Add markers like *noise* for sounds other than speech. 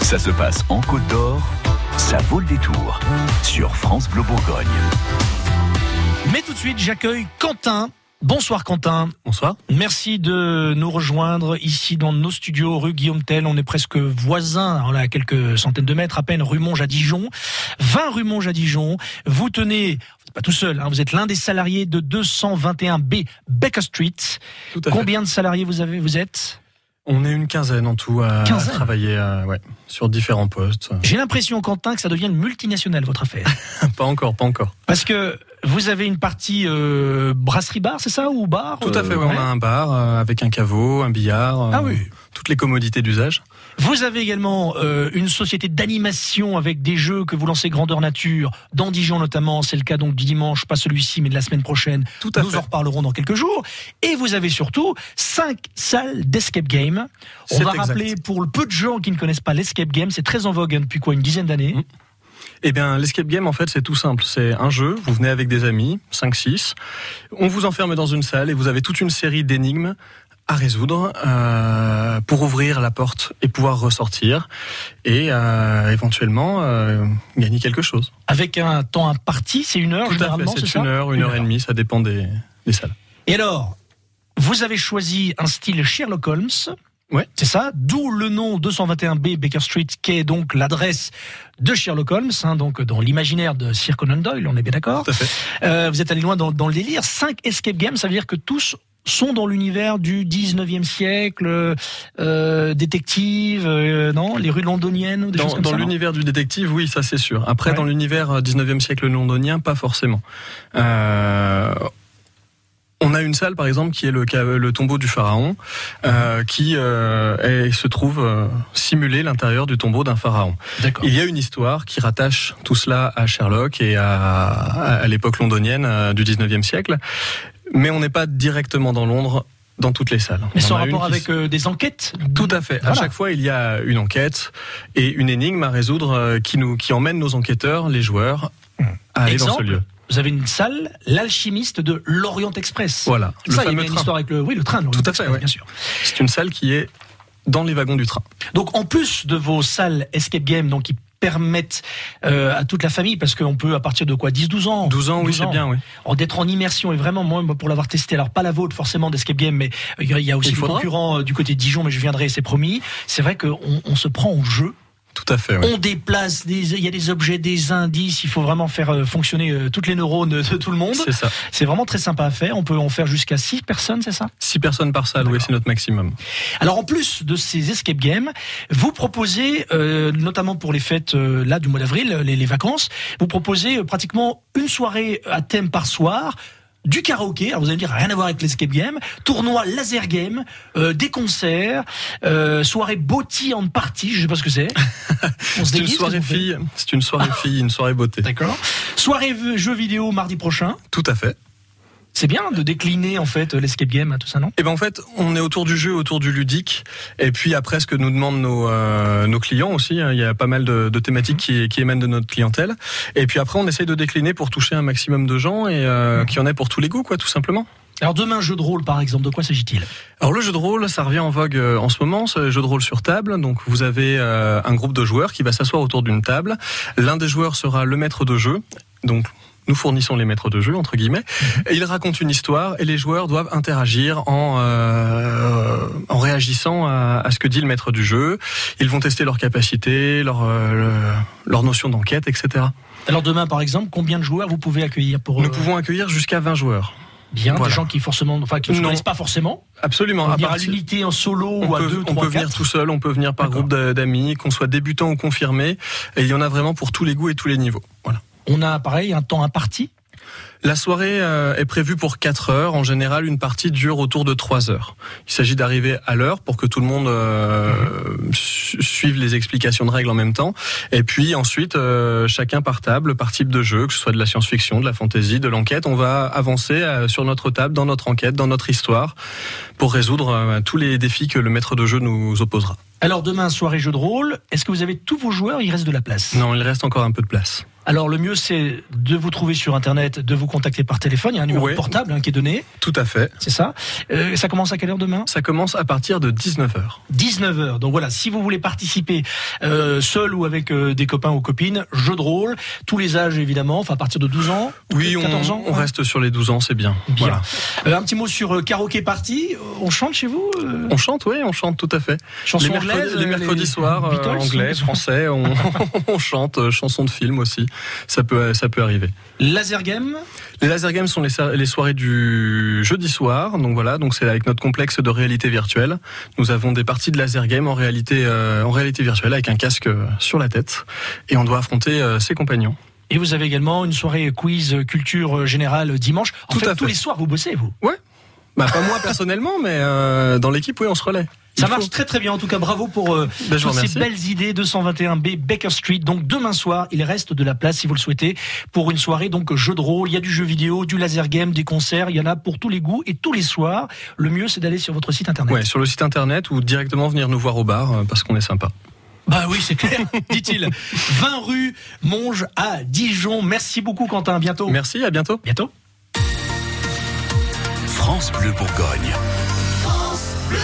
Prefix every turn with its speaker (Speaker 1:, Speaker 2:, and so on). Speaker 1: ça se passe en Côte d'Or, ça vaut le détour sur France Bleu Bourgogne.
Speaker 2: Mais tout de suite, j'accueille Quentin. Bonsoir Quentin.
Speaker 3: Bonsoir.
Speaker 2: Merci de nous rejoindre ici dans nos studios rue Guillaume Tell. On est presque voisins, on est à quelques centaines de mètres à peine, rue Monge à Dijon. 20 rue Monge à Dijon. Vous tenez, vous n'êtes pas tout seul, hein, vous êtes l'un des salariés de 221B Baker Street.
Speaker 3: Tout à fait.
Speaker 2: Combien de salariés vous avez, vous êtes
Speaker 3: On est une quinzaine en tout à
Speaker 2: Quinzaine
Speaker 3: travailler euh, ouais, sur différents postes.
Speaker 2: J'ai l'impression Quentin que ça devient une multinationale votre
Speaker 3: *laughs*
Speaker 2: affaire.
Speaker 3: pas encore, pas encore.
Speaker 2: Parce que vous avez une partie euh, brasserie bar, c'est ça ou bar
Speaker 3: Tout à
Speaker 2: euh,
Speaker 3: fait, ouais, on
Speaker 2: ouais.
Speaker 3: a un bar euh, avec un caveau, un billard. euh,
Speaker 2: Ah oui.
Speaker 3: Toutes les commodités d'usage.
Speaker 2: Vous avez également euh, une société d'animation avec des jeux que vous lancez grandeur nature, dans Dijon notamment, c'est le cas donc du dimanche, pas celui-ci mais de la semaine prochaine.
Speaker 3: Tout à
Speaker 2: Nous
Speaker 3: fait.
Speaker 2: en reparlerons dans quelques jours. Et vous avez surtout cinq salles d'escape game. On
Speaker 3: C'est
Speaker 2: va
Speaker 3: exact.
Speaker 2: rappeler pour le peu de gens qui ne connaissent pas l'escape game, c'est très en vogue hein, depuis quoi une dizaine d'années.
Speaker 3: Mm. Eh bien, l'escape game, en fait, c'est tout simple. C'est un jeu, vous venez avec des amis, 5-6. On vous enferme dans une salle et vous avez toute une série d'énigmes à résoudre euh, pour ouvrir la porte et pouvoir ressortir et euh, éventuellement euh, gagner quelque chose.
Speaker 2: Avec un temps imparti, c'est une heure
Speaker 3: Tout à fait,
Speaker 2: généralement, c'est
Speaker 3: c'est
Speaker 2: ça
Speaker 3: une heure, une,
Speaker 2: Une
Speaker 3: heure, et
Speaker 2: heure.
Speaker 3: demie, ça dépend des, des salles.
Speaker 2: Et alors, vous avez choisi un style Sherlock Holmes.
Speaker 3: Ouais.
Speaker 2: C'est ça, d'où le nom 221B Baker Street, qui est donc l'adresse de Sherlock Holmes, hein, donc dans l'imaginaire de Sir Conan Doyle, on est bien d'accord.
Speaker 3: Tout à fait.
Speaker 2: Euh, vous êtes allé loin dans, dans le délire. 5 escape games, ça veut dire que tous sont dans l'univers du 19e siècle, euh, euh, détective, euh, non Les rues londoniennes ou des choses
Speaker 3: Dans,
Speaker 2: comme
Speaker 3: dans
Speaker 2: ça, non
Speaker 3: l'univers du détective, oui, ça c'est sûr. Après,
Speaker 2: Ouais.
Speaker 3: dans l'univers euh, 19e siècle londonien, pas forcément. Euh, on a une salle, par exemple, qui est le, ca- le tombeau du pharaon, euh, qui euh, est- se trouve euh, simulé l'intérieur du tombeau d'un pharaon.
Speaker 2: D'accord.
Speaker 3: Il y a une histoire qui rattache tout cela à Sherlock et à, à l'époque londonienne euh, du 19e siècle, mais on n'est pas directement dans Londres dans toutes les salles.
Speaker 2: Mais
Speaker 3: On
Speaker 2: sans
Speaker 3: a une
Speaker 2: rapport
Speaker 3: qui
Speaker 2: avec euh, des enquêtes
Speaker 3: Tout à fait. À
Speaker 2: Voilà.
Speaker 3: chaque fois, il y a une enquête et une énigme à résoudre euh, qui nous, qui emmène nos enquêteurs, les joueurs, à aller dans ce
Speaker 2: Exemple,
Speaker 3: lieu.
Speaker 2: Vous avez une salle, l'alchimiste de l'Orient Express.
Speaker 3: Voilà. Le
Speaker 2: ça, il y a
Speaker 3: fameux
Speaker 2: une
Speaker 3: train.
Speaker 2: histoire avec le, oui, le train. le
Speaker 3: Tout à
Speaker 2: Express,
Speaker 3: fait, ouais.
Speaker 2: bien sûr.
Speaker 3: C'est une salle qui est dans les wagons du train.
Speaker 2: Donc, en plus de vos salles escape game, donc qui permettent euh, à toute la famille, parce qu'on peut à partir de quoi 10-12 ans
Speaker 3: 12 ans, oui,
Speaker 2: 12
Speaker 3: c'est bien, oui.
Speaker 2: en- D'être en immersion, et vraiment, moi, moi, pour l'avoir testé, alors pas la vôtre forcément d'escape game, mais euh, il y a- il y a aussi
Speaker 3: Il
Speaker 2: le
Speaker 3: faudra.
Speaker 2: concurrent euh, du côté de Dijon, mais je viendrai, c'est promis. C'est vrai qu'on on se prend au jeu,
Speaker 3: Tout à fait, oui.
Speaker 2: on déplace, des, il y a des objets, des indices, il faut vraiment faire euh, fonctionner euh, toutes les neurones de tout le monde.
Speaker 3: C'est ça.
Speaker 2: C'est vraiment très sympa à faire. On peut en faire jusqu'à 6 personnes, c'est ça
Speaker 3: 6 personnes par salle, oui, c'est notre maximum.
Speaker 2: Alors en plus de ces escape games, vous proposez, euh, notamment pour les fêtes euh, là du mois d'avril, les, les vacances, vous proposez euh, pratiquement une soirée euh, à thème par soir. Du karaoké, alors vous allez me dire rien à voir avec l'escape game, tournoi laser game, euh, des concerts, euh, soirée beauty and party, je sais pas ce que
Speaker 3: *laughs*
Speaker 2: c'est. On se
Speaker 3: C'est une
Speaker 2: déguise,
Speaker 3: soirée
Speaker 2: qu'est-ce qu'on fait
Speaker 3: fille, c'est une soirée fille, une soirée beauté.
Speaker 2: D'accord. Soirée v- jeux vidéo mardi prochain.
Speaker 3: Tout à fait.
Speaker 2: C'est bien de décliner en fait l'escape game, hein, tout ça, non
Speaker 3: Et ben en fait, on est autour du jeu, autour du ludique, et puis après ce que nous demandent nos, euh, nos clients aussi, hein, il y a pas mal de, de thématiques qui, qui émanent de notre clientèle. Et puis après, on essaye de décliner pour toucher un maximum de gens et euh, qu'il y en ait pour tous les goûts, quoi, tout simplement.
Speaker 2: Alors demain jeu de rôle par exemple, de quoi s'agit-il
Speaker 3: Alors le jeu de rôle, ça revient en vogue euh, en ce moment, c'est le jeu de rôle sur table. Donc vous avez euh, un groupe de joueurs qui va s'asseoir autour d'une table. L'un des joueurs sera le maître de jeu, donc nous fournissons les maîtres de jeu entre guillemets.
Speaker 2: Mhm.
Speaker 3: Et il raconte une histoire et les joueurs doivent interagir en euh, en réagissant à, à ce que dit le maître du jeu. Ils vont tester leurs capacités, leur euh, le- leur notion d'enquête, etc.
Speaker 2: Alors demain, par exemple, combien de joueurs vous pouvez accueillir pour euh,
Speaker 3: Nous pouvons accueillir jusqu'à 20 joueurs.
Speaker 2: bien
Speaker 3: voilà.
Speaker 2: des gens qui forcément, enfin qui ne se
Speaker 3: Non.
Speaker 2: connaissent pas forcément.
Speaker 3: Absolument.
Speaker 2: On
Speaker 3: à
Speaker 2: va dire à
Speaker 3: partir-
Speaker 2: l'unité en solo
Speaker 3: On
Speaker 2: ou à
Speaker 3: peut,
Speaker 2: deux,
Speaker 3: on
Speaker 2: trois,
Speaker 3: peut venir
Speaker 2: quatre.
Speaker 3: tout seul, on peut venir par
Speaker 2: D'accord.
Speaker 3: groupe d'a- d'amis, qu'on soit débutant ou confirmé, et il y en a vraiment pour tous les goûts et tous les niveaux. Voilà.
Speaker 2: On a pareil un temps imparti.
Speaker 3: La soirée euh, est prévue pour 4 heures. En général, une partie dure autour de 3 heures. Il s'agit d'arriver à l'heure pour que tout le monde euh,
Speaker 2: Mm-hmm.
Speaker 3: su- suive les explications de règles en même temps. Et puis ensuite, euh, chacun par table, par type de jeu, que ce soit de la science-fiction, de la fantasy, de l'enquête, on va avancer euh, sur notre table, dans notre enquête, dans notre histoire, pour résoudre euh, tous les défis que le maître de jeu nous opposera.
Speaker 2: Alors demain soirée jeu de rôle. Est-ce que vous avez tous vos joueurs Il reste de la place.
Speaker 3: Non, il reste encore un peu de place.
Speaker 2: Alors le mieux c'est de vous trouver sur internet, de vous contacter par téléphone. Il y a un numéro
Speaker 3: Ouais.
Speaker 2: portable hein, qui est donné,
Speaker 3: Tout à fait.
Speaker 2: c'est ça. Euh, ça commence à quelle heure demain
Speaker 3: Ça commence à partir de 19h.
Speaker 2: 19h. Donc voilà, si vous voulez participer euh, seul ou avec euh, des copains ou copines, jeu de rôle, tous les âges évidemment, enfin à partir de 12 ans,
Speaker 3: Oui, on,
Speaker 2: 14 ans.
Speaker 3: on
Speaker 2: ouais.
Speaker 3: reste sur les 12 ans, c'est bien.
Speaker 2: Bien.
Speaker 3: Voilà.
Speaker 2: Euh, un petit mot sur euh, karaoké party. On chante chez vous euh,
Speaker 3: On chante, oui, on chante tout à fait.
Speaker 2: Chansons
Speaker 3: les mercredis,
Speaker 2: anglaises,
Speaker 3: les
Speaker 2: euh,
Speaker 3: mercredis soirs, euh,
Speaker 2: Beatles hein,
Speaker 3: anglais,
Speaker 2: *laughs*
Speaker 3: français, on, on chante, euh, chansons de films aussi. Ça peut, ça peut arriver.
Speaker 2: Laser game.
Speaker 3: Les laser games sont les, so- les soirées du jeudi soir, donc voilà, donc c'est avec notre complexe de réalité virtuelle. Nous avons des parties de laser game en réalité, euh, en réalité virtuelle avec un casque euh, sur la tête et on doit affronter euh, ses compagnons.
Speaker 2: Et vous avez également une soirée quiz euh, culture euh, générale dimanche. En
Speaker 3: Tout
Speaker 2: fait,
Speaker 3: à
Speaker 2: tous
Speaker 3: fait.
Speaker 2: les soirs vous bossez vous.
Speaker 3: Bah pas moi personnellement, mais euh, dans l'équipe, oui, on se relaie.
Speaker 2: Ça
Speaker 3: Il
Speaker 2: marche
Speaker 3: faut.
Speaker 2: très très bien. En tout cas, bravo pour euh,
Speaker 3: Ben, je vous
Speaker 2: toutes ces
Speaker 3: remercie.
Speaker 2: belles idées. 221B Baker Street. Donc demain soir, il reste de la place si vous le souhaitez pour une soirée donc jeu de rôle. Il y a du jeu vidéo, du laser game, des concerts. Il y en a pour tous les goûts et tous les soirs. Le mieux, c'est d'aller sur votre site internet.
Speaker 3: Ouais, sur le site internet ou directement venir nous voir au bar euh, parce qu'on est sympa.
Speaker 2: Bah oui, c'est clair. Dit-il. 20 rue Monge à Dijon. Merci beaucoup, Quentin. À bientôt.
Speaker 3: Merci, à bientôt.
Speaker 2: Bientôt.
Speaker 1: France Bleu Bourgogne.
Speaker 4: France Bleu.